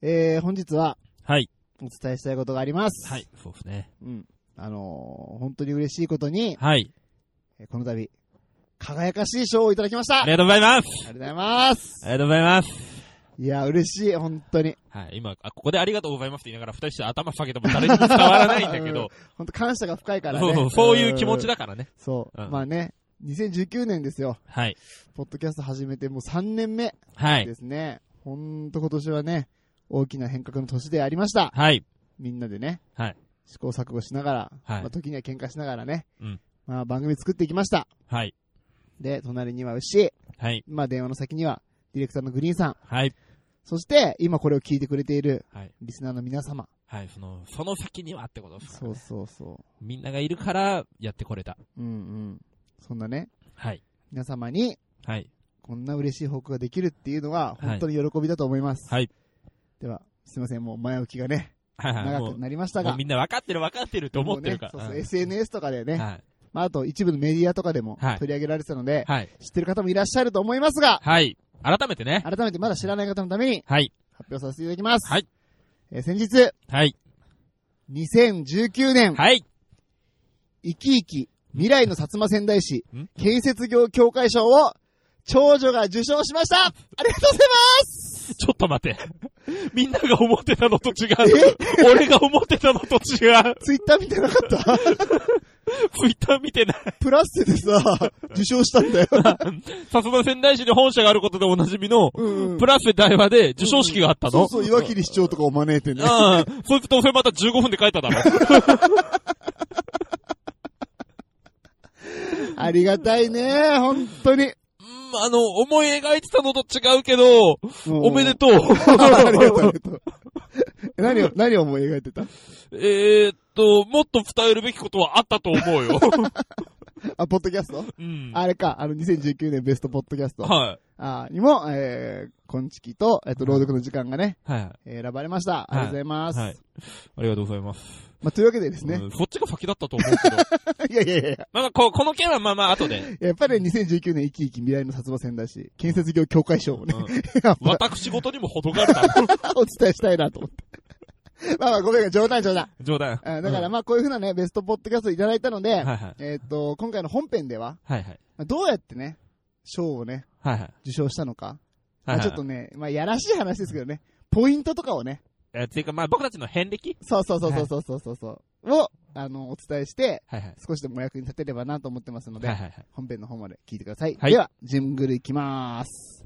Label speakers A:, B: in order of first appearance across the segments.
A: えー、本日は
B: はい。
A: お伝えしたいことがあります。
B: はい。。そうですね。
A: うん。あのー本当に嬉しいことに、
B: はい。
A: えーこの度、輝かしい賞をいただきました
B: ありがとうございます。
A: ありがとうございます
B: ありがとうございます。
A: いや、嬉しい、本当に。
B: はい。今、あ、ここでありがとうございますって言いながら、二人して頭下げても誰にも伝わらないんだけ ど、
A: 本当感謝が深いからね。
B: そうそう、そういう気持ち
A: だ。
B: だからね。
A: そう。
B: うん
A: まあね、2019年ですよ。
B: はい。
A: ポッドキャスト始めてもう3年目
B: はい
A: で。すね。ほんと今年はね、大きな変革の年でありました。
B: はい。
A: みんなでね、
B: はい
A: 試行錯誤しながら、
B: はい
A: まあ、時には喧嘩しながらね、
B: うん
A: まあ、番組作っていきました。
B: はい。
A: で、隣には牛、
B: はい。
A: まあ、電話の先にはディレクターのグリーンさん、
B: はい。
A: そして今これを聞いてくれている
B: はい。
A: リスナーの皆様。
B: はい。その、その先にはってことですか
A: そ
B: ら
A: う
B: ね。
A: そうそ
B: みんながいるから、やってこれた。
A: う。うんうん。そんなね、
B: はい。
A: 皆様に
B: はい。
A: こんな嬉しい報告ができるっていうのは
B: はい
A: 本当に喜びだと思います。
B: はい。
A: では、すいません、もう前置きがね、
B: はいはい。 も
A: 長
B: う
A: くなりました
B: も
A: が
B: う。みんな分かってる分かってると思ってるから。
A: もうねそうそう
B: うん
A: SNS とかでね、
B: はい。
A: まあ、あと一部のメディアとかでも
B: はい
A: 取り上げられてたので、
B: はい。
A: 知ってる方もいらっしゃると思いますが、
B: はい。改めてね。
A: 改めてまだ知らない方のために
B: はい。
A: 発表させていただきます。
B: はい
A: えー先日、
B: はい。
A: 2019年、
B: はい。
A: 生き生き未来の薩摩仙台市
B: ん
A: 建設業協会賞を長女が受賞しましたありがとうございます
B: ちょっと待って。みんなが思ってたのと違う。俺が思ってたのと違う。
A: ツイッター見てなかった
B: ツイッター見てない。
A: プラスでさ、受賞したんだよ。
B: さすが仙台市に本社があることでおなじみの、
A: うんうん
B: プラスで台場で授賞式があった
A: そ
B: の
A: うそう、岩切市長とかを招いてね。
B: ああ、そいつどうせまた15分で帰っただろ。
A: ありがたいね、本当に。
B: うん、あの、思い描いてたのと違うけど、おめで
A: と
B: とう。
A: う。 ありがとう、ありがとう。 何を、何を思い描いてた
B: えーっと、もっと伝えるべきことはあったと思う よ。
A: あ、ポッドキャスト
B: うん。
A: あれか、あの、2019年ベストポッドキャスト。
B: は
A: あにも、えー、今月と、えっと、朗読の時間がね、
B: い。はい。
A: 選ばれました。ありがとうございます。
B: はい。ありがとうございます。
A: まあ、というわけでですね
B: う。んそっちが先だったと思うけど。
A: いやいやいやいや
B: なんかこう、この件はまあまあ後で。
A: やっぱりね2019年生き生き未来の薩摩仙台 市、建設業協会賞をね、やっぱ
B: 私事にも程が あるな。
A: お伝えしたいなと思って。 まあまあ、ごめんが冗談冗談。
B: 冗談。
A: あだからまあ、こういうふうなね、ベストポッドキャストいただいたので、
B: はいはい。
A: えーっと、今回の本編では、
B: はいはい。
A: まあどうやってね、賞をね、
B: はいはい。
A: 受賞したのか。まあ
B: はいはい
A: ちょっとね、まあ、やらしい話ですけどね、ポイントとかをね、
B: えーっていうかまあ僕たちの遍歴
A: そうそうそうそうそうそうそう、を、あの、お伝えして、
B: はいはい。
A: 少しでもお役に立てればなと思ってますので、
B: はいはいはい。
A: 本編の方まで聞いてください。
B: はい
A: では、ジングルいきまーす。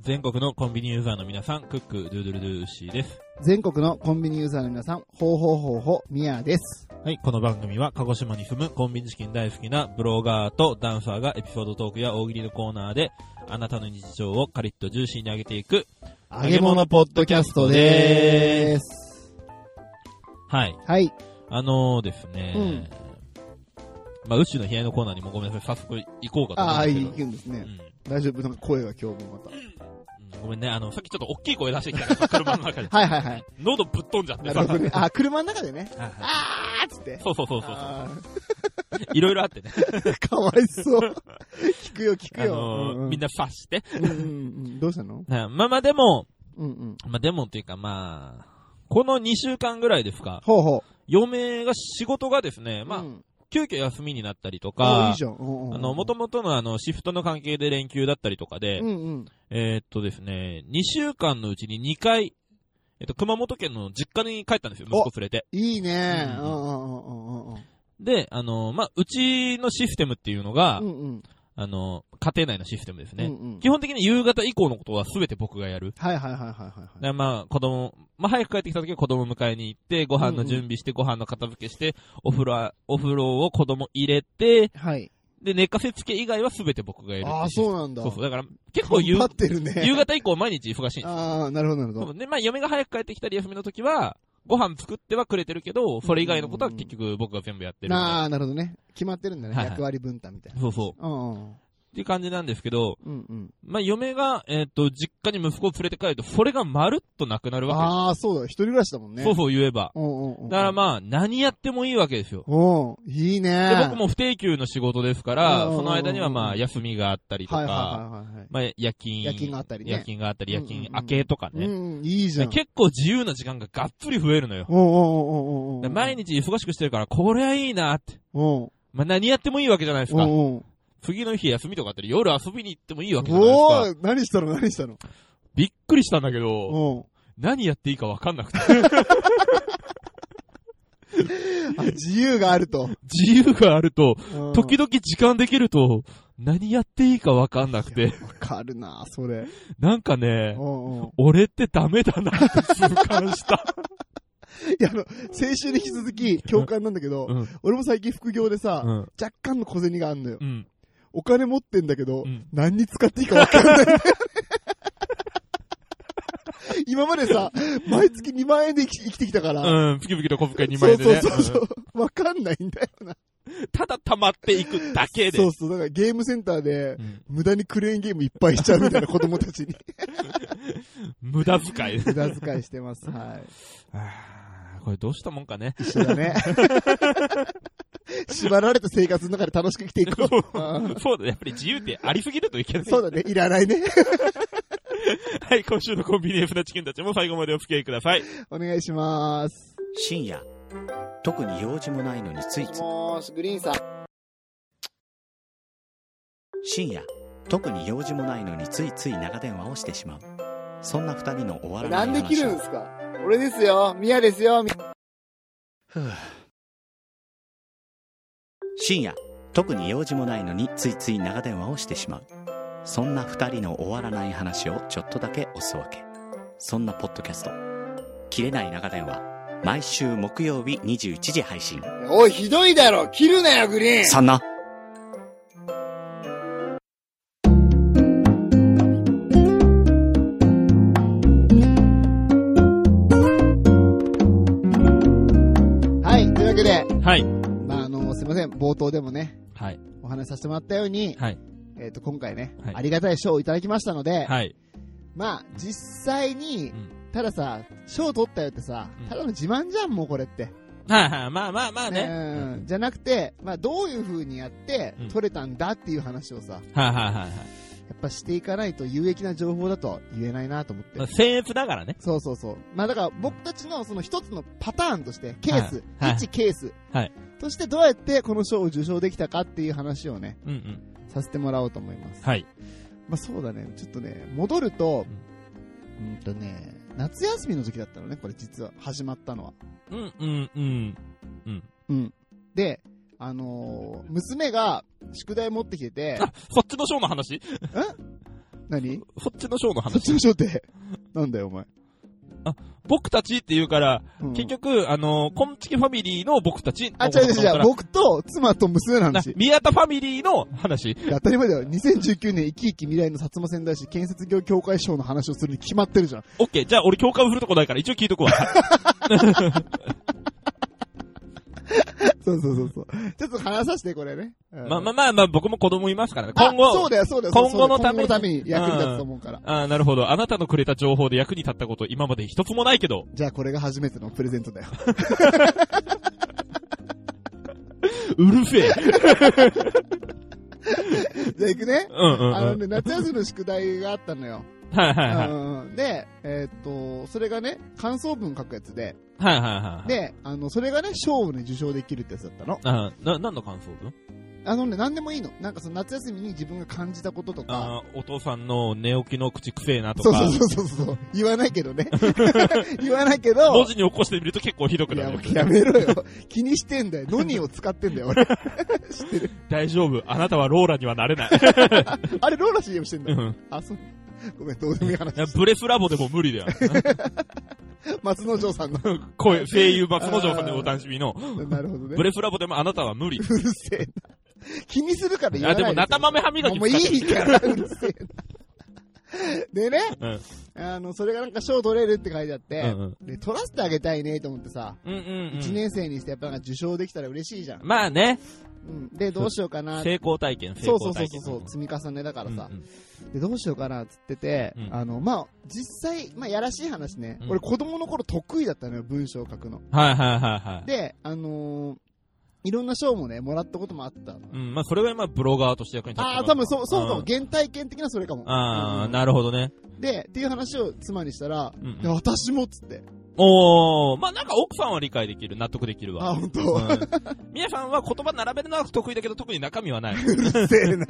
B: 全国のコンビニユーザーの皆さん、クック、ドゥドゥルドゥーシーです。
A: 全国のコンビニユーザーの皆さん、ほうほうほうほう、みやです。
B: はい、この番組は鹿児島に住むコンビニチキン大好きなブロガーとダンサーがエピソードトークや大喜利のコーナーで、あなたの日常をカリッとジューシーに上げていく。揚げ物
A: ポッドキャス
B: トでー
A: す。
B: はい。
A: はい。
B: あのーですね。まあ、ウッシュの悲哀のコーナーにもごめんなさい、早速行こうかと
A: あ
B: 思
A: あ、
B: うんで
A: い
B: すけ
A: くんです
B: ど。
A: ね
B: う。ん
A: 大丈夫なんか声が今日もまた。。
B: うんごめんね、あの、さっきちょっと大きい声出してきたから、 車の中 で
A: はいはい はい。
B: 喉ぶっ飛んじゃって
A: な
B: さ。
A: るほどね。あ、車の中でね。
B: はいはい
A: あーっつって。
B: そうそうそうそうそう。
A: あ
B: いろいろあってね。
A: ーかわいそう。聞くよ 聞く
B: あ
A: よ。
B: のーみん
A: な。
B: な察して。
A: うんうんうんどうしたの
B: はいまあまあでも、
A: うんうん。
B: まあでもっていうかまあ、この2週間ぐらいですか、
A: ほうほ
B: 嫁が仕事がですね、
A: う。
B: まあ、
A: うん
B: 急遽休みになったりと
A: あーい
B: か
A: い、じゃん。うんうん
B: あの、もともとのあの、シフトの関係で連休だったりとかで、
A: うんうん。
B: えーっとですね、2週間のうちに2回、えっと、熊本県の実家に帰ったんですよ、息子連れて。
A: いいねー。う
B: うんん
A: うんうんうんうん。
B: で、あの、まあ、うちのシステムっていうのが、
A: うんうん。
B: あの、家庭内のシステムですね。
A: うんうん
B: 基本的に夕方以降のことは全て僕がやる。
A: はいはいはいはいはいは
B: で、まあ、子供、まあ、早く帰ってきた時は子供迎えに行って、ご飯の準備して、ご飯の片付けして、お風呂は、お風呂を子供入れて、
A: い。はい。
B: で、寝かせつけ以外は全て僕がやるってい
A: ああ、
B: システム
A: そうなんだ。
B: そうそう。だから、結構夕
A: 頑張ってるね。
B: 夕方以降毎日忙しいんですよ
A: ああ、なるほど、なるほ
B: そ
A: ど。
B: うで、まあ、嫁が早く帰ってきたり休みの時は、ご飯作ってはくれてるけど、それ以外のことは結局僕が全部やってるみたいな。
A: ああ、なるほどね。決まってるんだね。
B: はいはい
A: 役割分担みたいな。
B: そうそ
A: うんうん。
B: う。っていう感じなんですけど、
A: うんうん。
B: まあ、嫁が、えっ、と、実家に息子を連れて帰ると、それがまるっとなくなるわ
A: ああ、そうだよ。一人暮らしだもん
B: け。
A: ね。
B: そうそう言えば。
A: うんうんうん。
B: だからまあ、何やってもいいわけですよ。
A: うん。いいね。
B: で、僕も不定休の仕事ですか
A: う
B: ら、
A: ん
B: その間にはまあ、休みがあったりと
A: はい
B: か、
A: はいはいはいはい。
B: まあ、夜勤。
A: 夜勤があったりね
B: 夜勤があったり、夜
A: うんうん
B: 勤
A: うん
B: 明けとかね。
A: うん、いいじゃん。
B: 結構自由な時間ががっつり増えるのよ。
A: うんうんうんうんうん。
B: で毎日忙しくしてるから、こりゃいいなって。
A: うん。
B: まあ、何やってもいいわけじゃないです
A: う
B: か。
A: んうん。
B: 次の日休みとかあったら夜遊びに行ってもいいわけじゃないです
A: お
B: か。
A: ー、何したの何したの
B: びっくりしたんだけど、
A: う
B: 何やっていいかわかんなくて。
A: ん。あ自由があると。
B: 自由があると、
A: うん
B: 時々時間できると、何やっていいかわかんなくて、
A: わかるな、それ。
B: なんか
A: う
B: ね、
A: んうん。
B: 俺ってダメだなって痛 感した。
A: いや、あの、先週に引き続き共感なんだけど、
B: うん。
A: 俺も最近副業でさ、
B: うん。
A: 若干の小銭があんのよ。
B: うん。
A: お金持ってんだけど、
B: うん
A: 何に使っていいか分かんないんだよね。今までさ、毎月2万円で生き生きてきたから、
B: うん。プキプキと小遣い2枚でね。
A: そうそうそうそう、分かんないんだよな。
B: うんただ溜まっていくだけで。
A: そうそう、だからゲームセンターで、
B: うん
A: 無駄にクレーンゲームいっぱいしちゃうみたいな子供たちに
B: 無駄遣い。
A: 無駄遣いしてます。は
B: あーこれどうしたもんかね。
A: い。一緒だね。 縛られた生活の中で楽しく生きていこ う。うん
B: そうだ、やっぱり自由ってありすぎるといけない。
A: そうだね、いらないね。
B: はい、今週のコンビニエンスなチキンたちも最後までお付き合いください。
A: お願いします。
C: 深夜特に用事もないのについつい
A: もし、グリーンさん。
C: 深夜特に用事もないのについつい長電話をしてしまうそんな二人の終わらない話を
A: すか俺ですよ、ミヤですよ、
C: ふう深夜特に用事もないのについつい長電話をしてしまうそんな二人の終わらない話をちょっとだけおすわけそんなポッドキャスト「切れない長電話」毎週木曜日21時配信
A: おい、ひどいだろ切るなよ、グリー
C: そんな
A: はい、というわけで、
B: はい。
A: まあ、あの、すいません、冒頭でもね、
B: はい。
A: お話しさせてもらったように、
B: はい。
A: えっ、と、今回ね、
B: はい
A: ありがたい賞をいただきましたので、
B: はい。
A: まあ、実際に、
B: うん
A: たださ、賞取ったよってさ
B: うん、
A: ただの自慢じゃん、もうこれって。
B: はいはい。まあまあまあね。
A: うん、じゃなくて、まあ、どういう風にやって
B: うん、
A: 取れたんだっていう話をさ、
B: はいはいはいはい。
A: やっぱしていかないと有益な情報だと言えないなと思って
B: まあ。僭越だからね。
A: そうそうそう。まあだから僕たちのその一つのパターンとして、ケース、
B: はいはい
A: 一ケース、
B: はい
A: としてどうやってこの賞を受賞できたかっていう話をね、
B: うんうん。
A: させてもらおうと思います。
B: はい。
A: まあそうだね、ちょっとね、戻ると、うんとね、夏休みの時だったのね、これ実は始まったのは。
B: うんうんうん。
A: うん。で、あのー娘が宿題持ってきてて、
B: あ、そっちのショーの話
A: 何
B: そっちのショーの
A: そっ
B: 話
A: ちの賞って、なんだよお前。
B: 僕たちって言うから、
A: うん
B: 結局、あのー、コンチキファミリーの僕たちの
A: あ、違
B: こと
A: う違う
B: だか
A: 違う、
B: ら
A: 僕と妻と娘の
B: な
A: 話。
B: 宮田ファミリーの話。
A: いや当たり前だよ。2019年生き生き未来の薩摩仙台市建設業協会賞の話をするに決まってるじゃん。
B: オッケー、じゃあ俺共感振るとこないから一応聞い とくわ。
A: そうそうそうそう。ちょっと話させて、これね。うん
B: まあまあまあまあ、僕も子供いますからね。
A: あ
B: 今後。
A: そうだよ、そうだよ。そう
B: 今後のために
A: 今後に役に立つと思うから。
B: ああ、なるほど。あなたのくれた情報で役に立ったこと今まで一つもないけど、
A: じゃあこれが初めてのプレゼントだよ。
B: うるせ え。
A: じゃあ行くね。
B: うんうん、うん。
A: あのね、夏休みの宿題があったのよ。
B: は
A: う
B: いはいはい。
A: んうんで、えーっと、それがね、感想文書くやつで、
B: はいはいはい。、
A: で、あの、それがね、賞をね、受賞できるってやつだったの。
B: あな、何の感想文
A: あのね、なんでもいいの。なんかその夏休みに自分が感じたこととか、
B: ああ、お父さんの寝起きの口くせえなと
A: そう
B: か。
A: そうそうそうそう。言わないけどね。 言わないけど。
B: 文字に起こしてみると結構ひどく
A: い
B: な
A: や、も
B: る
A: う。やめろよ。気にしてんだよ。ノニを使ってんだよ、俺。知ってる。
B: 大丈夫。あなたはローラにはなれない。
A: あれ、ローラ CM してんだ
B: う
A: よ。
B: ん
A: あ、そう。ごめん、どうでもいい話。
B: ブレスラボでも無理だよ。
A: 松之丞さ んの。
B: 声、声優松之丞さんでお楽しみの。
A: なるほどね
B: ブ。レスラボでもあなたは無理。
A: うるせえな。気にするから言わ
B: あ、
A: ない
B: でも、なた
A: も
B: 豆歯磨き
A: もういいから、うるせえな。でね、
B: うん
A: あの、それがなんか賞取れるって書いてあっ
B: う
A: て、
B: ん
A: で、取らせてあげたいねと思ってさ、
B: うん。うんうん、うん。
A: 1年生にしてやっぱなんか受賞できたら嬉しいじゃん。
B: まあね、
A: うん、で、どうしようかなって
B: 成功体験、成
A: そうそ
B: 功
A: うそう
B: 体
A: そう
B: 験。
A: そう、積み重ねだからさ、
B: うんうん
A: で、どうしようかなっつってて、
B: うん
A: あの、まあ、実際、まあ、やらしい話ね、
B: うん
A: 俺子供の頃得意だったのよ、文章を書くの。
B: はいはいはいはい。
A: で、あのーいろんな賞もね、もらったこともあったの。
B: うん、まあそれが今ブロガーとして役に立つ。
A: ああ、多分そう、そうかも、
B: ん
A: 原体験的なそれかも。
B: ああ、
A: うん
B: なるほどね。
A: で、っていう話を妻にしたら、
B: うんうん
A: いや私もっつって。
B: おー、まあなんか奥さんは理解できる、納得できる
A: あ、
B: わ。
A: 本
B: う
A: 当。
B: ん。みやさんは言葉並べるのは得意だけど特に中身はない。
A: せえ な。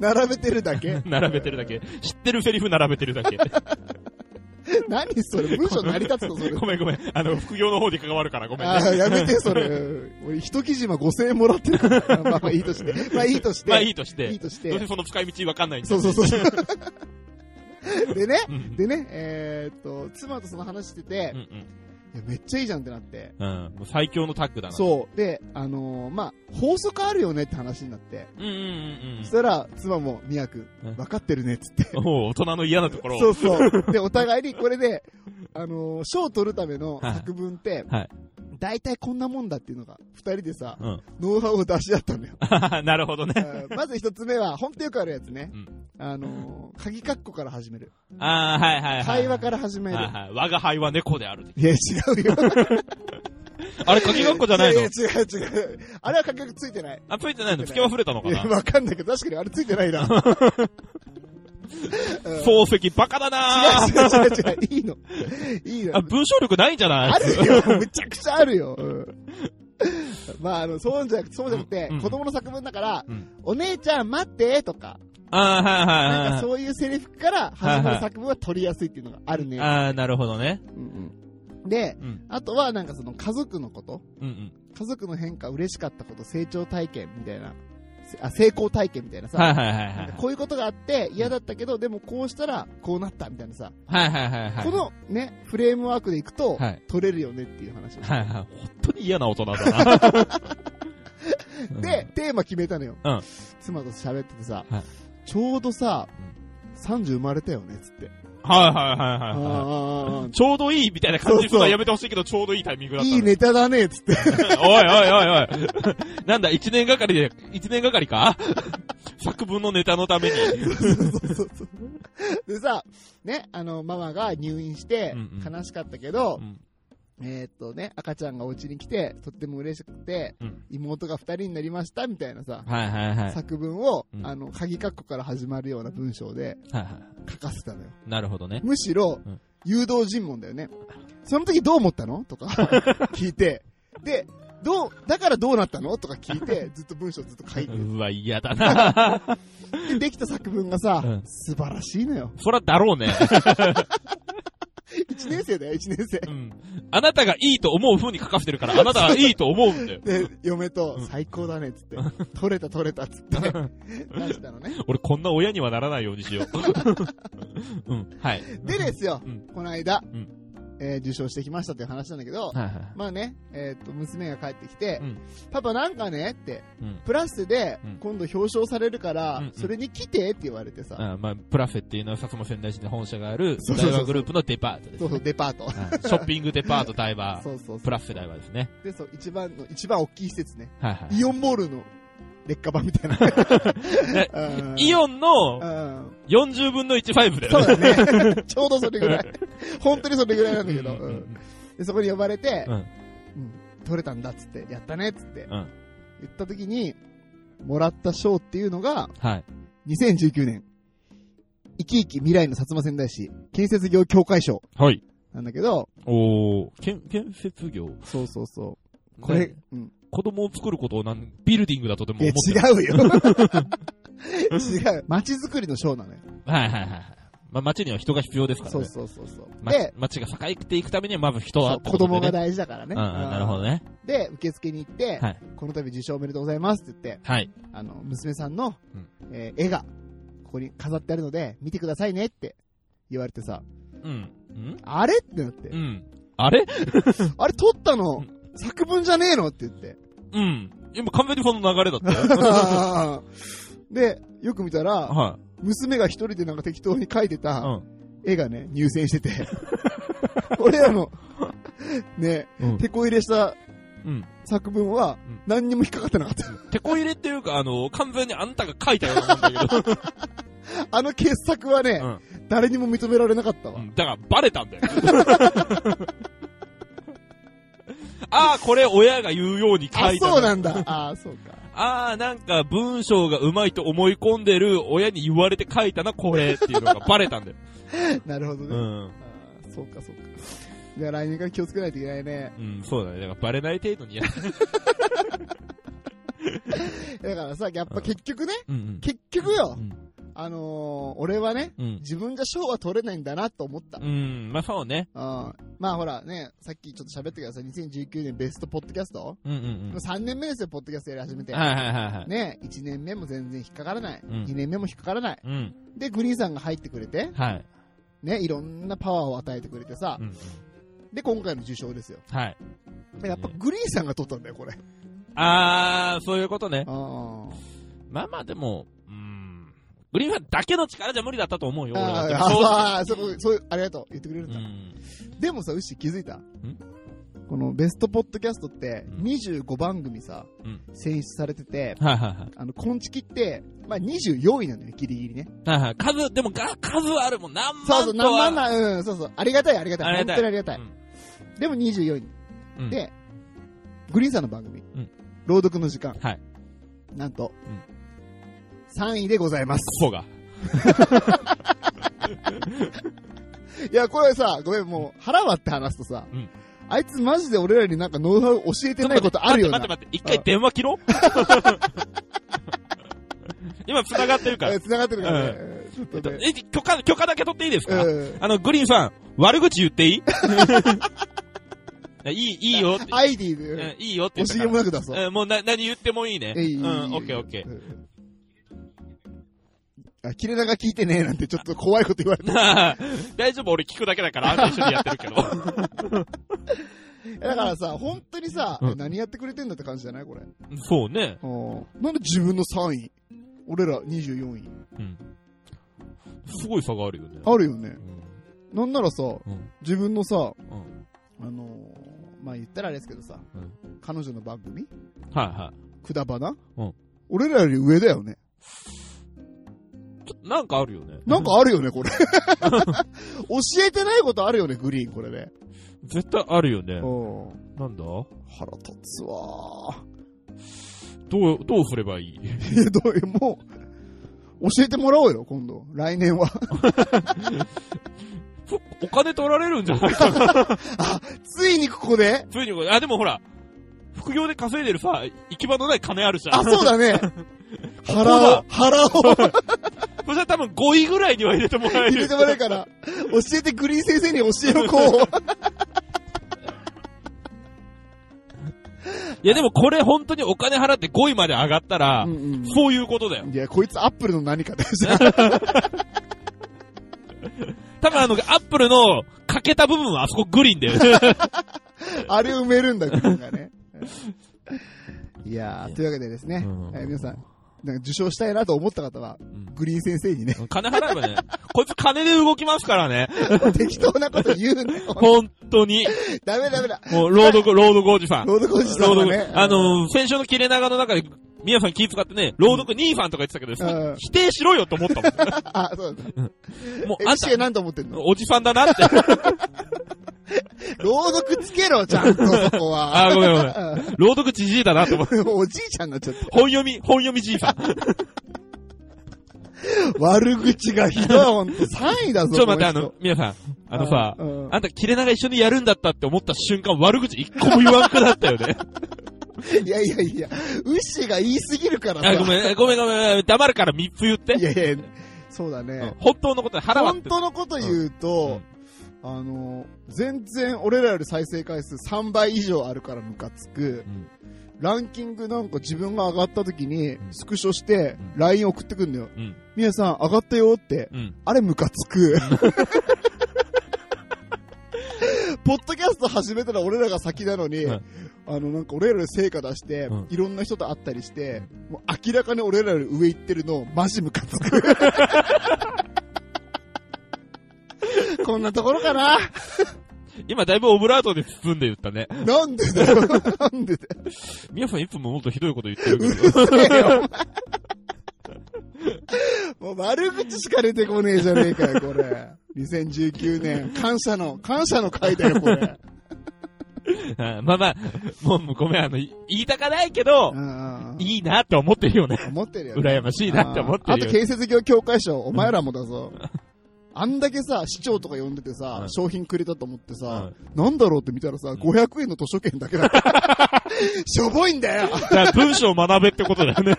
A: 並べてるだけ
B: 並べてるだけ。知ってるセリフ並べてるだけ。
A: 何それ文章成り立つのそれ。
B: ごめんごめん。あの、副業の方で関わるからごめん
A: あ
B: ね。
A: ーやめて、それ。 俺、一記事今5000円もらってるから。まあまあいいと して。まあいいとして。
B: まあいいとし
A: いい
B: て。
A: とし
B: どうせ
A: て。
B: その使い道わかんないんで。
A: そうそうそうそう。 でね、
B: うん。
A: でね、えーっと、妻とその話してて
B: う、ん
A: いやめっちゃいいじゃんってなって。
B: うん。うん。もう最強のタッグだな。う。
A: そう。で、あのーまあ、法則あるよねって話になって。
B: うんうんうん
A: そしたら、妻も、みやく
B: うん
A: ん、分かってるねっつって。
B: うん。おう大人の嫌なところを。
A: そうそう。で、お互いにこれで、あのー賞を取るための
B: はい
A: 作文って、
B: はい
A: 大体こんなもんだっていうのが、二人でさ、
B: うん。
A: ノウハウを出し合ったんだよ。
B: なるほどね。
A: あーまず一つ目は、ほんとよくあるやつね。
B: うん
A: あのー鍵括弧から始める。
B: ああ、はいはいはい。。
A: 会話からら始める。
B: はいはい。我が輩は猫である。
A: いや、違うよ。
B: あれ、かきごっこじゃな
A: や
B: いの
A: や違う違う。あれは鍵括弧ついてない。
B: あ、ついてないのつけ忘れたのか
A: いや、
B: な
A: わかんないけど、確かにあれついてない な。うん
B: 漱石バカだ
A: 違う違う
B: なー
A: 違う違う、いいの。いいの。
B: あ、文章力ないんじゃない
A: あるよ、むちゃくちゃあるよ。うんまあ、あの、そうじゃなく、そうじゃなくて、
B: うん
A: 子供の作文だから、
B: うん
A: お姉ちゃん待ってとか、
B: あーはいはいはい。
A: なんかそういうセリフから始まる作文は取りやすいっていうのがあるね。
B: ああ、なるほどね。
A: うんうんで、
B: うん。
A: あとはなんかその家族のこと、
B: うんうん。
A: 家族の変化、嬉しかったこと、成長体験みたいな、せあ成功体験みたいなさ、
B: はいはいはい
A: なんか
B: は
A: こういうことがあって嫌だったけど、でもこうしたらこうなったみたいなさ、
B: い。はいはいはいはい。
A: こ、のね、フレームワークでいくと、
B: はい。
A: 取れるよねっていう話をして
B: はいはい。本当に嫌な大人だな。うん
A: で、、テーマ決めたのよ。
B: うん
A: 妻と喋っててさ、
B: はい
A: ちょうどさ、30生まれたよね、つって。
B: はいはいはいはい
A: あ
B: はい。
A: ああ
B: ちょうどいいみたいな感じでするの
A: そうそ
B: は
A: う
B: やめてほしいけど、ちょうどいいタイミング
A: あ
B: だったね。
A: いいネタだね、つって。
B: おいおいおいおい。なんだ、一年がかりで、一年がかりか 作文のネタのために。
A: そうそうそうでさ、ね、あの、ママが入院して
B: うん、うん
A: 悲しかったけど
B: う、ん
A: えーっとね、赤ちゃんがお家に来て、とっても嬉しくて、
B: うん
A: 妹が二人になりました、みたいなさ、
B: はいはいはい。はい
A: 作文を、
B: うん
A: あの、鍵括弧から始まるような文章で
B: は
A: 書かせたのよ。
B: い。なるほどね。
A: むしろ
B: うん、
A: 誘導尋問だよね。その時どう思ったのとか 聞いて、で、どう、だからどうなったのとか聞い て、ずっと文章ずっと書いてる。
B: うわ、嫌だな
A: で、できた作文がさ、
B: うん
A: 素晴らしいのよ。
B: そらだろうね。
A: 1年生だよ、1年生。
B: う。ん。あなたがいいと思う風に書かせてるから、あなたはいいと思うんだよ
A: で、嫁
B: う
A: と
B: ん、
A: 最高だね、つって。取れた取れた、つ って。出したのね。
B: 俺こんな親にはならないようにしよ う。うん。はい。
A: でですよ
B: うん、
A: この間
B: うん、
A: えー受賞してきましたという話なんだけど、
B: はいはい。
A: まあね、えーっと、娘が帰ってきて
B: うん、
A: パパなんかねって、
B: うん。
A: プラスで
B: うん
A: 今度表彰されるか
B: うんう
A: ら
B: ん、
A: それに来てって言われてさ、
B: あまあ、プラフェっていうのは薩摩仙台市に本社がある
A: そうそうそう
B: 大和グループのデパートです
A: そうそう、デパート。
B: はいショッピングデパート台場、
A: そうそうそ
B: プ
A: う。
B: ラフェ台場ですね。
A: で、そう、一番の、一番大きい施設ね。
B: はいはい。
A: イオンモールの劣化版みた いな。
B: ね
A: うん
B: イオン
A: う
B: の
A: ん。
B: 40分の1ファイブだ
A: そ
B: よ
A: う
B: ね。
A: だね。ち ょうどそれぐらい。本当にそれぐらいなんだけど。
B: うんう
A: うんんで、そこに呼ばれて、
B: う
A: うんん取れたんだっつって、やったねっつって
B: うん。うん。
A: 言った時に、もらった賞っていうのが、
B: はい。
A: 2019年、生き生き未来の薩摩仙台市建設業協会賞
B: はい。
A: なんだけど、
B: おー、建建設業。
A: そうそうそう。これ
B: ね、
A: うん。
B: 子供を作ることをなんビルディングだとでも
A: いや、
B: 思
A: 違
B: ってる
A: うよ。違う。街づくりの賞なのよ。
B: はいはいはいはい。まあ、町には人が必要ですからね。
A: そうそうそうそう。
B: ま
A: で、
B: 町が栄えていくためには、まず人
A: そ
B: は
A: う子供が
B: ね。
A: 大事だからね。
B: うんうん、なるほど
A: ね。
B: ね。
A: で、受付に行って
B: はい、
A: この度受賞おめでとうございますって言って、
B: はい。
A: あの、娘さんの
B: うん、
A: えー絵が、ここに飾ってあるので、見てくださいねって言われてさ、
B: うん。うん
A: あれってなって
B: う、ん。あれ
A: あれ撮った
B: う
A: の
B: ん
A: 作文じゃねえのって言 って。
B: うん。今完全にその流れだったよ。
A: で、よく見たら、
B: は
A: 娘が一人でなんか適当に描いて
B: う
A: た
B: ん。
A: 絵がね、入選してて、俺らの、ね、
B: うん。
A: 手こ入れした
B: うん。
A: 作文は
B: うん、
A: 何にも引っかかってなかった。
B: 手こ入れっていうか、あの、完全にあんたが書いたようなもんだ けど。
A: あの傑作はね、
B: うん
A: 誰にも認められなかった
B: う
A: わ。
B: んだから、バレたんだよ。 ああ、これ親が言うように書
A: あ、
B: いた
A: そう
B: な
A: なんだ。あ、そうか。
B: ああ、なんか文章がうまいと思い込んでる親に言われて書いたな、これっていうのがバレたんだよ。
A: なるほどね。
B: う
A: あ
B: ん。
A: ーそうか、そうか。じゃあ来年から気をつけないといけないね。
B: うん、そうだね。だからバレない程度にやる。
A: だからさ、やっぱ結局ね、
B: うん うん。
A: 結局よ、
B: うん
A: あのー、俺はね、
B: うん。
A: 自分じゃ賞は取れないんだなと思った。
B: うん、まあそうね。
A: うんまあほらね、さっきちょっと喋ったけどさ、2019年ベストポッドキャスト、
B: うんうん
A: もう3年目ですよ、ポッドキャストやり始め
B: う
A: て
B: ん。。はいはいはいはい。
A: ね、1年目も全然引っかからない、
B: ん
A: 2年目も引っかからない。
B: うん。
A: で、グリーンさんが入ってくれて、
B: はい。
A: ね、いろんなパワーを与えてくれてさ
B: う、ん。
A: で、今回の受賞ですよ。
B: はい。
A: やっぱグリーンさんが取ったんだよ、 これ。
B: あー、そういうことね。
A: あ
B: まあまあでも、うん。グリーンファンだけの力じゃ無理だったと思うよ、俺は。
A: あー、そう、そう、ありがとう。言ってくれるん
B: う
A: だ。
B: ん。
A: でもさ、ウッシー気づいたこのベストポッドキャストって、
B: うん
A: 25番組さ
B: うん、
A: 選出されてて、
B: はいはいはい。
A: あの、昆虫って、まあ、24位なのよ、ギリギリね。
B: はいはい。数、でもが、数はあるもん。何万
A: そ
B: とは
A: うそう、何万な、うん、そうそう。ありがたい、ありがたい。
B: ありがた
A: 本
B: い
A: 当にありがたい。でも24位。
B: うん
A: で、グリーンさんの番組、
B: うん
A: 朗読の時間。
B: はい
A: なんと、
B: うん
A: 3位でございます。
B: ここが。
A: いや、これさ、ごめん、もう、腹割って話すとさ、
B: うん
A: あいつマジで俺らになんかノウハウ教えてないことあるよな
B: 待って。待って、一回電話切 ろう。今繋がってるから。
A: え
B: え
A: 繋がってるからね。ちょっとね。
B: 許可、許可だけ取っていいですか
A: うん。
B: あの、グリーンさん、悪口言っていい いやいい、いいよって。
A: アイディ
B: う
A: で、
B: んいいよって
A: お
B: 言った
A: 尻
B: か
A: もなく出そう。
B: ら。うんもうな、何言ってもいいね。
A: えいいいいいい
B: うん、オッケーオッケー。
A: うんあ、切れ長聞いてねえなんてちょっと怖いこと言われた。
B: なあ大丈夫、俺聞くだけだから、あんた一緒にやって るけど。
A: だからさ、本当にさ、
B: うん
A: 何やってくれてんだって感じじゃないこれ。
B: そうね。
A: うんなんで自分の3位俺ら24位
B: すごい差があるよね。
A: あるよね
B: う。ん
A: なんならさ、
B: うん
A: 自分のさ、
B: うん
A: あのー、まあ、言ったらあれですけどさ、
B: うん
A: 彼女の番組
B: はいは
A: くだばな、
B: うん
A: 俺らより上だよね。
B: い。ちょっとなんかあるよね。
A: なんかあるよね、こ れ。教えてないことあるよね、グリーン、これね。
B: 絶対あるよね。
A: うん
B: なんだど
A: 腹立つわ ー
B: う、どうすればいい
A: いや、どういう、もう、教えてもらおうよ、今度。来年は。
B: そお金取られるんじ ゃないかな。
A: ついにここで
B: ついにこれ、あ、でもほら、副業で稼いでるさ、行き場のない金あるじゃ
A: あ、
B: ん。
A: そうだ ね。腹
B: だ
A: を、腹を。
B: そしたら多分5位ぐらいには入れてもらえる。
A: 入れてもらえるから、教えてグリーン先生に教えろ、こう。
B: いやでもこれ本当にお金払って5位まで上がったら、
A: うん
B: そういうことだ
A: う
B: よ。
A: んいや、こいつアップルの何かだよ。
B: 多分あの、アップルの欠けた部分はあそこグリーンだ よね。
A: あれ埋めるんだ、グリーンがね。いやー、というわけでですね、
B: うん
A: えー皆さん、なんか受賞したいなと思った方は、グリーン先生にね、
B: 金払 えばね、こいつ金で動きますからね。
A: 適当なこと言うなよ。
B: 本当に。
A: ダメダメだ。
B: もう、朗読、朗読おじさん。
A: ロードコーチさんはね。
B: あのー、先週の切れ長の中で、皆さん気使ってね、朗読兄さんとか言ってたけど、
A: うん
B: 否定しろよと 思ったも
A: あ、そうだ。
B: ん。もう、あん
A: MC は
B: た、
A: 何と思ってんの
B: おじさんだなって。
A: 朗読つけろ、ちゃんと、そこは。
B: あー、ごめんごめん。朗読じじいだなと思って。
A: うん おじいちゃんになっちゃって。
B: 本読み、本読みじいさん。ち
A: 悪口がひどい、ほんと。3位だぞ、
B: ょっと待って、あ
A: こ
B: の、皆さん。あ
A: の
B: の
A: 人
B: さ、
A: うん
B: あんた切れ長一緒にやるんだったって思った瞬間、悪口一個も言わんくなったよね。
A: いやいやいや、ウッシーが言いすぎるから
B: あ、
A: さ。
B: ごめん、ごめんごめん、黙るから三つ言って
A: い。やいや、そうだね。
B: 本当のことで腹
A: 本
B: 割って。
A: 当のこと言うと、あの、全然俺らより再生回数3倍以上あるからムカつく。
B: うん
A: ランキングなんか自分が上がった時に
B: うん
A: スクショして
B: うん
A: LINE 送ってくんだよ。
B: うん。
A: みやさん上がったよって。
B: うん。
A: あれムカつく。ポッドキャスト始めたら俺らが先なのに、
B: はい
A: あの、なんか俺らの成果出して、
B: うん
A: いろんな人と会ったりして、もう明らかに俺らより上行ってるの、マジムカつく。こんなところかな
B: 今だいぶオブラートで包んで言ったね。
A: なんでだよ。なんでだよ
B: みやさんいつももっとひどいこと言ってるけど。
A: うるせえよ。もう悪口しか出てこねえじゃねえかよ、これ。2019年、感謝の、感謝の回だよ、こ れ。
B: はいまあまあ、もうもうごめん、あの、い言いたかないけど
A: う、んうん
B: いいなって思ってるよね。
A: 思ってるよね。
B: 羨ましいなって思って
A: あ
B: る
A: と
B: よね。
A: 建設業協会賞、お前らもだぞ。あんだけさ、市長とか呼んでてさ、
B: うん
A: 商品くれたと思ってさ
B: は、
A: なんだろうって見たらさ、500円の図書券だけだった。 しょぼいんだよ
B: だから文章を学べってことだよ ね。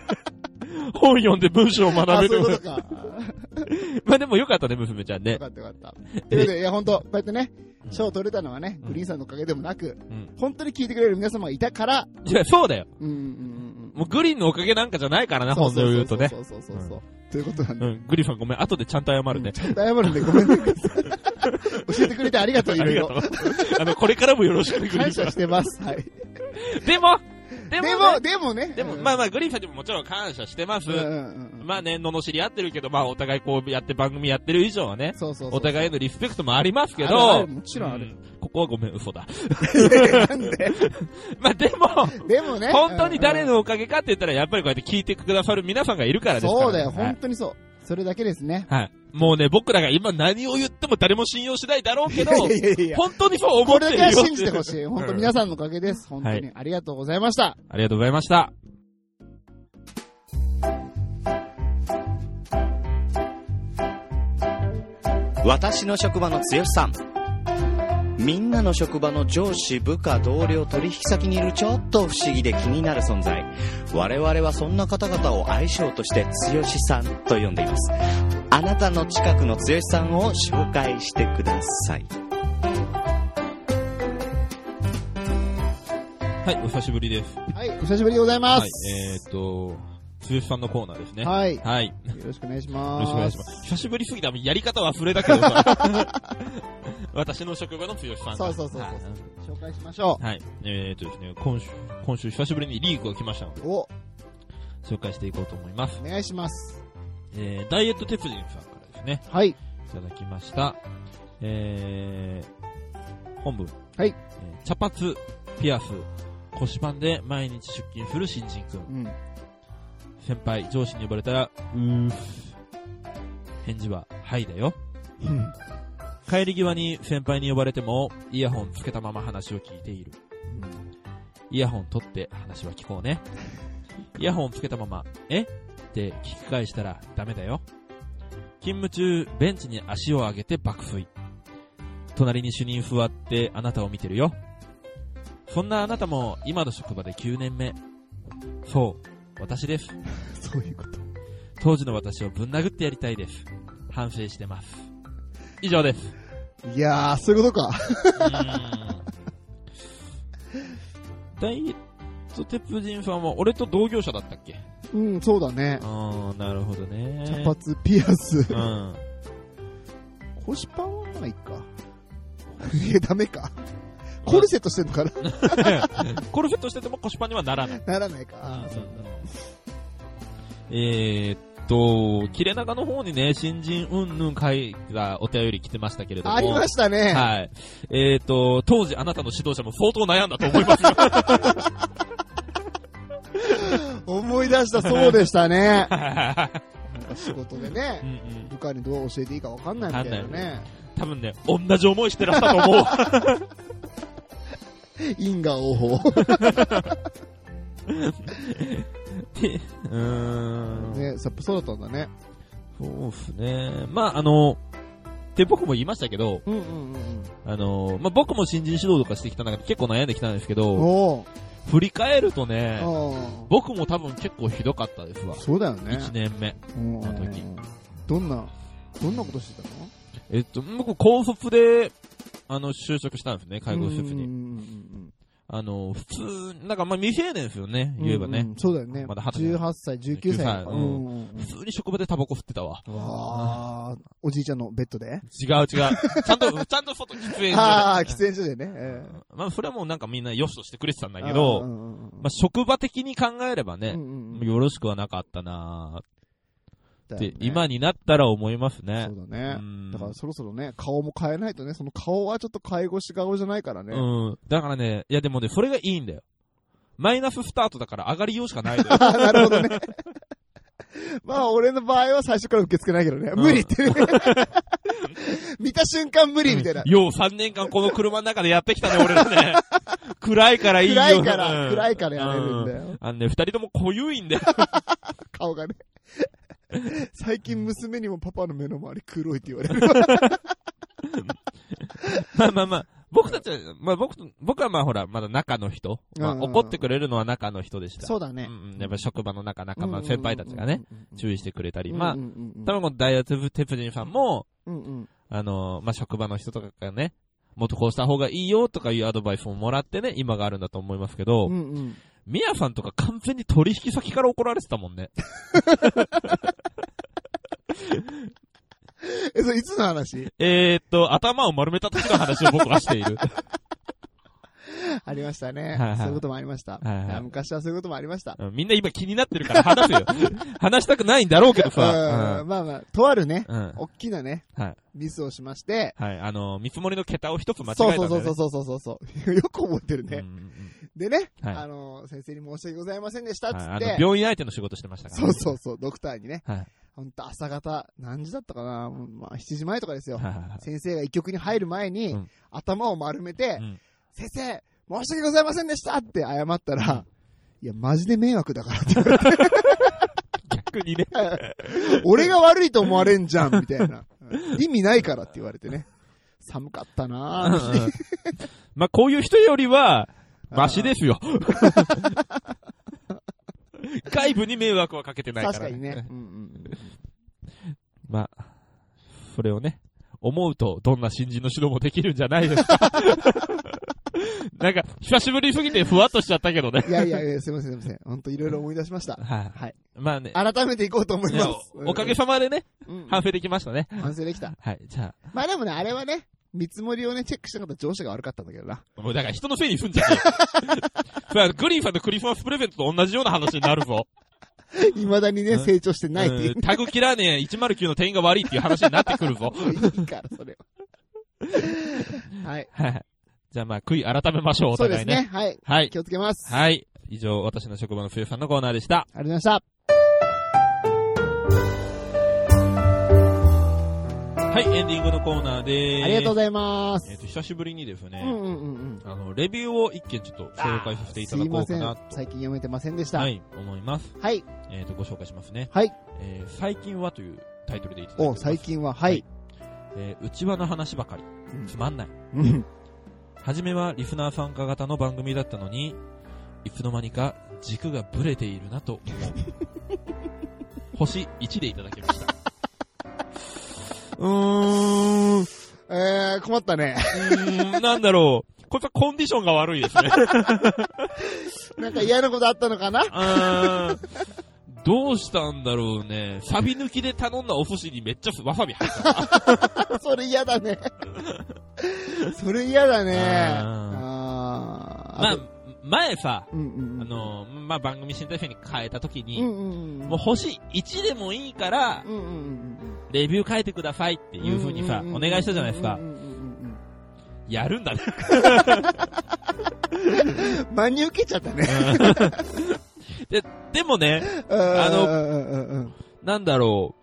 B: 本読んで文章を
A: あ、
B: 学べ
A: そう
B: っ
A: い
B: て
A: うこ
B: ことと。
A: か。
B: まあでもよかったね、娘ちゃん
A: よ
B: ね。
A: かったよかった。ということで、いや本当こうやってね、賞取れたのはね、
B: うん
A: グリーンさんのおかげでもなく、
B: ん
A: 本当に聞いてくれる皆様がいたから、
B: いや、そうだよ。
A: うんうんうんうん。
B: もうグリーンのおかげなんかじゃないからな、
A: そう
B: 本音
A: そ
B: を
A: う
B: 言うとね
A: そ。うそうそうそう。ということなんで、
B: うん、グリファンごめん、後でちゃんと謝るね。
A: ちゃんと謝るんでごめんね。 教えてくれてありがとう、い
B: あ
A: ろい
B: りが
A: ろ
B: とう。。あの、これからもよろしくね、グ
A: 感
B: リーンさん
A: 謝してます。はい。
B: でも、
A: で
B: でもね、
A: も、でもね。
B: でも、
A: うん
B: まあまあ、グリーンさんにももちろん感謝してます
A: うん。うんうん。
B: まあね、罵り合ってるけど、まあお互いこうやって番組やってる以上はね、
A: そうそうそう。
B: お互いのリスペクトもありますけ
A: あるある
B: ど、
A: もちろんあ
B: う
A: る。
B: ここはごめん、嘘だ。
A: なんで
B: まあでも、
A: でもね。
B: 本当に誰
A: うん
B: のおかげかって言ったら、やっぱりこうやって聞いてくださる皆さんがいるから
A: うん
B: ですから、ね。
A: そうだよ、
B: はい
A: 本当にそう。それだけですね。
B: はい。もうね、僕らが今何を言っても誰も信用しないだろうけど、
A: いやいやいや。
B: 本当にそう思
A: こ
B: って
A: れだ
B: る
A: け
B: よっ
A: は信
B: て。
A: じてほしい。本当
B: うん
A: 皆さんのおかげです。本当に。ありがとうございました。
B: ありがとうございました。
C: 私の職場の剛さんみんなの職場の上司部下同僚取引先にいるちょっと不思議で気になる存在我々はそんな方々を愛称として剛さんと呼んでいますあなたの近くの剛さんを紹介してください
B: はい、お久しぶりです。
A: はい、お久しぶりでございま
B: はい
A: す。、
B: えーっと、つよしさんのコーナーですね。
A: はい。よ
B: はい。よ
A: ろしくお願いし
B: ろ
A: ま
B: し
A: す。
B: くお願いします。久しぶりすぎた。やり方忘れたけどさ。 私の職場のつよしさんが。
A: そうそうそう
B: はい
A: そう紹介しましょ
B: はい。えーっとですね、今週、今週久しぶりにリークが来ましたので、
A: う。お、お
B: 紹介していこうと思います。
A: 願いします。
B: えー、ダイエット鉄人さんからですね。
A: はい。
B: いただきました。えー、本文。
A: はい
B: えー茶髪、ピアス、腰パンで毎日出勤する新人くん
A: う。ん。
B: 先輩、上司に呼ばれたら、うーす。返事は、はいだよ。帰り際に先輩に呼ばれても、イヤホンつけたまま話を聞いている。イヤホン取って話は聞こうね。イヤホンつけたまま、えって聞き返したらダメだよ。勤務中、ベンチに足を上げて爆睡。隣に主任座ってあなたを見てるよ。そんなあなたも今の職場で9年目。そう、私です。
A: そういうこと。
B: 当時の私をぶん殴ってやりたいです。反省してます。以上です。
A: いやー、そういうことか。
B: ダイエット鉄人さんは俺と同業者だったっけ
A: うん、そうだね。
B: ああ、なるほどね。
A: 茶髪、ピアス。
B: うん。
A: 腰パンはまあいいか。いや、ダメか。コルセットしてんのかな
B: コルセットしてても腰パンにはならない。
A: ならないか。あーそう
B: えーっと、切れ長の方にね、新人うんぬん会がお便り来てましたけれども。
A: ありましたね。
B: はい。えーっと、当時あなたの指導者も相当悩んだと思います よ。
A: 思い出した、そうでしたね。
B: は
A: なんか仕事で
B: い。う
A: ね、
B: んうん
A: 部下にどう教えていいか分かんないみたいな
B: わかんな
A: ね。
B: 多分ね、同じ思いしてらしたと思う。
A: 因果応報。
B: で うーん。
A: ね、やっぱそうだったんだね。
B: そうっすね。まあ、あの、って僕も言いましたけど、
A: うんうんうんうん。
B: あの、まあ、僕も新人指導とかしてきた中で結構悩んできたんですけど、
A: お
B: 振り返るとね、
A: お。
B: 僕も多分結構ひどかったですわ。
A: そうだよね。
B: 1年目。
A: うん
B: あの時
A: どんな、どんなことしてたの
B: えっと、僕、高卒で、あの、就職したんですね、介護施設に。
A: に。
B: あの、普通、なんかまあ未成年ですよね、言えばね。
A: うんうんそうだよね。
B: まだ二十
A: 18歳、19歳。
B: 19歳うん
A: うんうん
B: 普通に職場でタバコ吸ってたわ。
A: わあ、おじいちゃんのベッドで
B: 違う違う。ちゃんと、ちゃんと外、喫煙 所
A: ああ、喫煙所でね。ええ
B: まあ、それはもうなんかみんな良しとしてくれてたんだけ
A: あーう
B: ど、
A: んうんうん
B: まあ、職場的に考えれば
A: う
B: ね、
A: んうんうん
B: よろしくはなかったなーっ
A: だよ
B: て
A: ね、
B: 今になったら思いますね
A: そう。だ
B: う
A: ね。
B: ん
A: だからそろそろね、顔も変えないとね、その顔はちょっと介護士顔じゃないからね。
B: うん。だからね、いやでもね、それがいいんだよ。マイナススタートだから上がりようしかないのよ
A: あなるほどね。まあ、俺の場合は最初から受け付けないけどね。無理って ね。見た瞬間無理 みたいな。
B: よう3年間この車の中でやってきたね、俺 らね。暗いからいいよ。
A: 暗いから、
B: うん
A: 暗いからやれるんだ
B: う
A: よ。
B: あのね、二人とも濃ゆいんだよ。
A: 顔がね。 最近娘にもパパの目の周り黒いって言われる。
B: まあまあまあ、僕たちは、まあ僕と、僕はまあほら、まだ中の人。まあ
A: うんうんうん
B: 怒ってくれるのは中の人でした。
A: うだ
B: う。んうん。やっぱり職場の中、仲間、
A: うん
B: 先輩たちがね、、注
A: 意
B: 意してくれたり。まあ、
A: うんうんうん
B: 多分このダイヤツテプジンさんも、
A: うんうん
B: あのー、まあ、職場の人とかがね、もっとこうした方がいいよとかいうアドバイスをもらってね、今があるんだと思いますけど
A: う、んうん
B: ミヤさんとか完全に取引先から怒られてたもんね。
A: え、それいつの話
B: えーっと、頭を丸めた時の話を僕はしている。
A: ありましたね
B: はいはい。
A: そういうこともありました。
B: はいはい
A: 昔はそういうこともありました。
B: うんみんな今気になってるから話すよ。 話したくないんだろうけど
A: う
B: さ
A: ん。まあまあ、とあるね、
B: うん。うん
A: 大きなね
B: はい、
A: ミスをしまして、
B: はい。あのー、見積もりの桁を一つ間違えた
A: そ
B: ん
A: う
B: だよ
A: そ
B: ね。
A: うそうそうそうそうそう。 よく覚えてる
B: う
A: ね
B: ん。うんうん
A: でね、
B: はい
A: あの、先生に申し訳ございませんでしたっつ
B: はいあ
A: っ
B: の、
A: て、
B: 病院相手の仕事してましたから
A: そ
B: ね。
A: うそうそう、ドクターにね、
B: はい。
A: ほんと朝方、何時だったかな、まあ7時前とかですよ。
B: はいはいはい
A: 先生が一曲に入る前に、
B: うん
A: 頭を丸めて、
B: うん
A: 先生、申し訳ございませんでしたって謝ったら、いや、マジで迷惑だからって言われて、
B: 逆 にね。
A: 俺が悪いと思われんじゃん、みたい な。うん意味ないからって言われてね。寒かったなあの 日
B: まあ、こういう人よりは、マシで すよ。外部に迷惑はかけてないから。
A: 確かにね。。うんうんうん
B: まあ、それをね、思うと、どんな新人の指導もできるんじゃな いですか。なんか、久しぶりすぎてふわっとしちゃったけどね。
A: いやいやいや、すいませんすいません。ほんといろいろ思い出しました。
B: はい。
A: はい。
B: まあね。
A: 改めていこうと思い
B: いや
A: ます。
B: おおかげさまでね、
A: うん
B: 反省できましたね。
A: 反省できた。
B: はい。じゃ
A: まあでもね、あれはね、見積もりをね、チェックしなかった上司が悪かったんだけど な。
B: あ、もうだから人のせいにすんじ ゃねえよそれグリーンさんのクリスマスプレゼントと同じような話になるぞ。
A: 未だにね、
B: うん
A: 成長してないっていう
B: う。んタグ切らねえ109の店員が悪いっていう話になってくるぞ。
A: いいから、それは。はい。
B: はい。じゃあまあ、悔い改めましょう、お
A: そうです
B: 互いね。
A: ね。はい。
B: はい。
A: 気をつけます。あ
B: はい。以上、私の職場の冬さんのコーナーでした。
A: りがとうございました。
B: はい、エンディングのコーナーでーす。
A: ありがとうご
B: い
A: ざいます
B: えっ、。と、久しぶりにですね、
A: うんうんうんうん。
B: あの、レビューを一件ちょっと紹介させていた
A: す
B: だ
A: い
B: こ
A: ま
B: う
A: せ
B: か
A: ん
B: な。と。
A: 最近読めてませんでした。は。
B: はいい、思います。
A: はい。
B: えっ、と、ご紹介しますね。
A: はい。
B: えー最近はというタイトルでいただいており
A: お、
B: ます。
A: 最。近は、はい。
B: えー、内輪の話ばかり。つまんない。
A: うん。
B: はじめはリスナー参加型の番組だったのに、いつの間にか軸がブレているなと思 う。星1でいただきました。うーん、う
A: えー、困った ね。
B: ーん、なんだろう。これはコンディションが悪いです ね。
A: なんか嫌なことあったのかな
B: うーんどうしたんだろうね。サビ抜きで頼んだお寿司にめっちゃわさび入ったな。
A: それ嫌だね。 それ嫌だね。
B: ま
A: あー。
B: あ
A: あと、
B: 前さ、
A: うんうん
B: あ
A: うん。
B: の、まあ、番組新体制に変えた時
A: う
B: に、
A: んうんうん。
B: もう星1でもいいから、
A: うんうんうん
B: レビュー書いてくださいって
A: うん。
B: いう風にさ、お願いしたじゃないですか
A: うん。うんうん
B: やるんだね。
A: うん。真に受けちゃったね。
B: で、でもね、
A: あ
B: の
A: の、
B: なんだろう。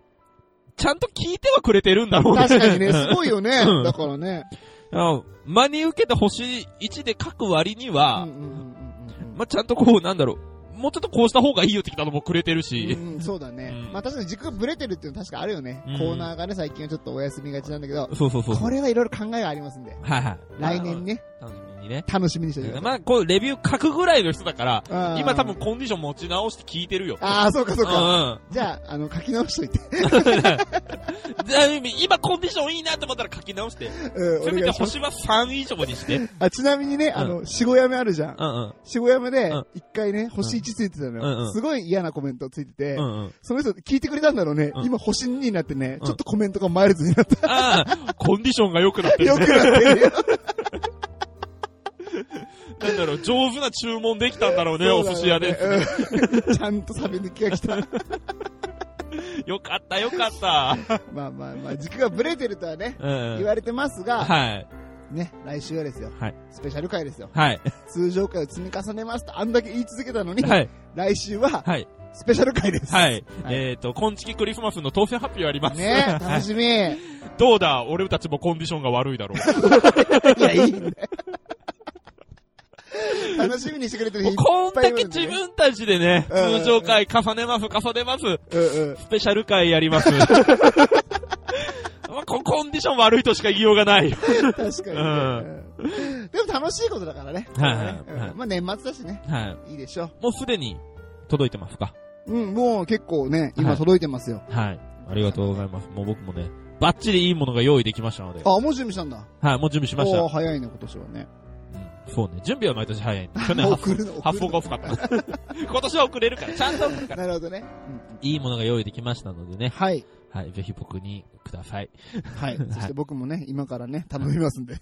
B: ちゃんと聞いてはくれてるんだろうね。
A: 確かにね、すごいよね
B: うん。
A: だからね。
B: うん真に受けた星1で書く割には、
A: うんうんうんうんうん
B: まあ、ちゃんとこう、なんだろう。もうちょっとこうした方がいいよってきたのもくれてるし。
A: うんそうだね
B: うん。
A: まあ確かに軸がブレてるっていうのは確かあるよね
B: うん。
A: コーナーがね、最近はちょっとお休みがちなんだけど、
B: そうそう そう。
A: こ
B: はい
A: れはいろいろ考えがありますんで、
B: はい。
A: 来年ね、
B: 楽しみにね。
A: 楽しみにしておいてください
B: まあ、こう、レビュー書くぐらいの人だから、
A: あー
B: 今多分コンディション持ち直して聞いてるよ。
A: ああ、そうかそうか。
B: うんうん
A: じゃあ、あの、書き直しといて。
B: ある意味今コンディションいいなと思ったら書き直して、
A: うん、お
B: せめ
A: 願
B: て
A: いします。
B: 星は3以上にして。うん
A: あ、ちなみにね、あの、四五やめあるじゃん。
B: うん。
A: 四五やめで
B: うん、
A: 一回ね、星1ついてたの
B: うんう
A: よ。
B: ん
A: すごい嫌なコメントついてて
B: う、んうん。
A: その人聞いてくれたんだろうね
B: う。ん
A: 今星2になってね
B: う、ん
A: ちょっとコメントがマイルズになった。
B: ああ、コンディションが良くなってる
A: よく。なってるよ。
B: なんだろう、上手な注文できたんだろう ね、
A: そ
B: お
A: うだ
B: 寿
A: よ
B: 司屋で。
A: うんちゃんとサビ抜きが来た。
B: よかった、よかった。
A: まあまあまあ、軸がブレてるとはね、
B: うん
A: 言。われてますが、
B: はい。
A: ね、来週はですよ
B: はい、
A: スペシャル回ですよ。
B: はい。
A: 通常回を積み重ねますと、あんだけ言い続けたのに、
B: はい。
A: 来週は
B: はい。
A: スペシャル回です。
B: はい。えっと、今月クリスマスの当選発表あります。
A: ね
B: は
A: 楽
B: い
A: しみ。い
B: どうだ俺たちもコンディションが悪いだろ う。
A: や、いいね。楽しみにしてくれてる人いっ
B: こん
A: ぱい
B: だ
A: い
B: け
A: るんで
B: 自
A: ね
B: 分たちでね、
A: うん
B: 通常回重ねます、重ねます、
A: うんうん
B: スペシャル回やり ます。 まあこコンディション悪いとしか言いようがない。
A: 確かにね。うんでも楽しいことだからね。
B: はいはい
A: うん
B: はい
A: まあ年末だしね、
B: はい。
A: いいでしょ
B: もうすでに届いてますか
A: う。うん、もう結構ね、今
B: はい
A: 届いてますよ。
B: はい。ありがとうございます。もう僕もね、バッチリいいものが用意できましたので。
A: あ、もう準備したんだ。
B: はい、もう準備しまし
A: おー
B: た。
A: 早いね、今年はね。
B: うんそうね、準備は毎 年早い。去年
A: もう
B: 発
A: 送るの、
B: 発
A: 送
B: 送
A: る
B: が遅かった。 今年は遅れるから、ちゃんと送る
A: の。
B: から。
A: なるほどね。うんうん
B: いいものが用意できましたのでね。
A: はい。
B: はい、ぜひ僕にください。
A: はい。そして僕もね、今からね、頼みますんで。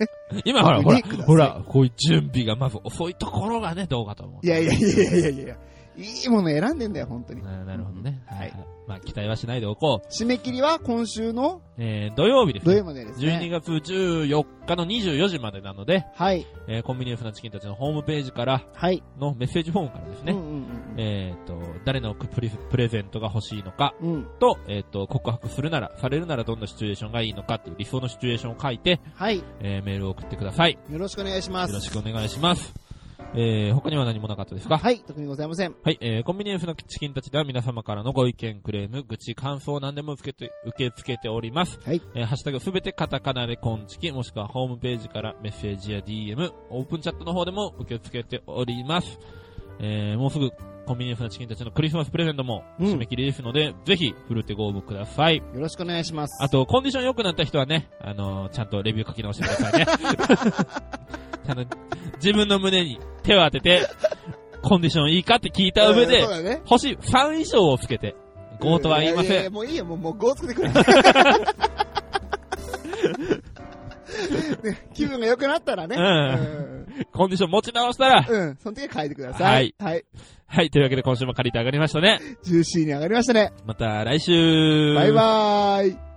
B: 今ほら、ほ
A: 僕に
B: ら
A: くださ、い
B: ほら、こういう準備がまず遅いところがね、どうかと思う。
A: いやいやいやいやいやいや。いいもの選んでんだよ、本当に。
B: ななるほどね。
A: うん
B: はい。はいまあ、期待はしないでおこう。
A: 締め切りは今週の
B: えー、土曜日です
A: 土
B: ね
A: 曜。までです
B: 12
A: ね。
B: 月14日の24時までなので、
A: はい。
B: えー、コンビニエンスなチキンたちのホームページから
A: はい。
B: のメッセージフォームからです
A: うん
B: ね、
A: うん
B: えっ、と、誰のプレプレゼントが欲しいのか
A: うん。うん。
B: と、えっ、と、告白するなら、されるならどんなシチュエーションがいいのかっていう理想のシチュエーションを書いて、
A: はい。よ
B: えー、メールを送ってください。よ
A: ろしくお願いします。
B: ろしくお願いします。えー、他には何もなかったですか
A: はい。特にございません。
B: はい、えー、コンビニエンスのチキンたちでは皆様からのご意見、クレーム、愚痴、感想何でも受けて、受け付けております。
A: はい。
B: えー、ハッシュタグすべてカタカナでコンチキ、もしくはホームページからメッセージや DM、オープンチャットの方でも受け付けております。えー、もうすぐコンビニエンスのチキンたちのクリスマスプレゼントも
A: うん
B: 締め切りですので、ぜひ、ふるってご応募ください。
A: よろしくお願いします。
B: あと、コンディション良くなった人はね、あのーちゃんとレビュー書き直してくだ さいね。ちゃんと自分の胸に手を当てて、コンディションいいかって聞いた上
A: うん
B: で
A: そう、だね。
B: 星3以上をつけて、強とは言い
A: や
B: ま
A: や
B: せ
A: や
B: ん。
A: もういいよ、もう、もう5つけてく れ。ね、気分が良くなったらね。
B: うんコンディション持ち直したら、
A: うん。うん。その時は書いてください。はい。
B: はい、というわけで今週も借りて上がりましたね。
A: ジューシーに上がりましたね。
B: また来週
A: バイバーイ。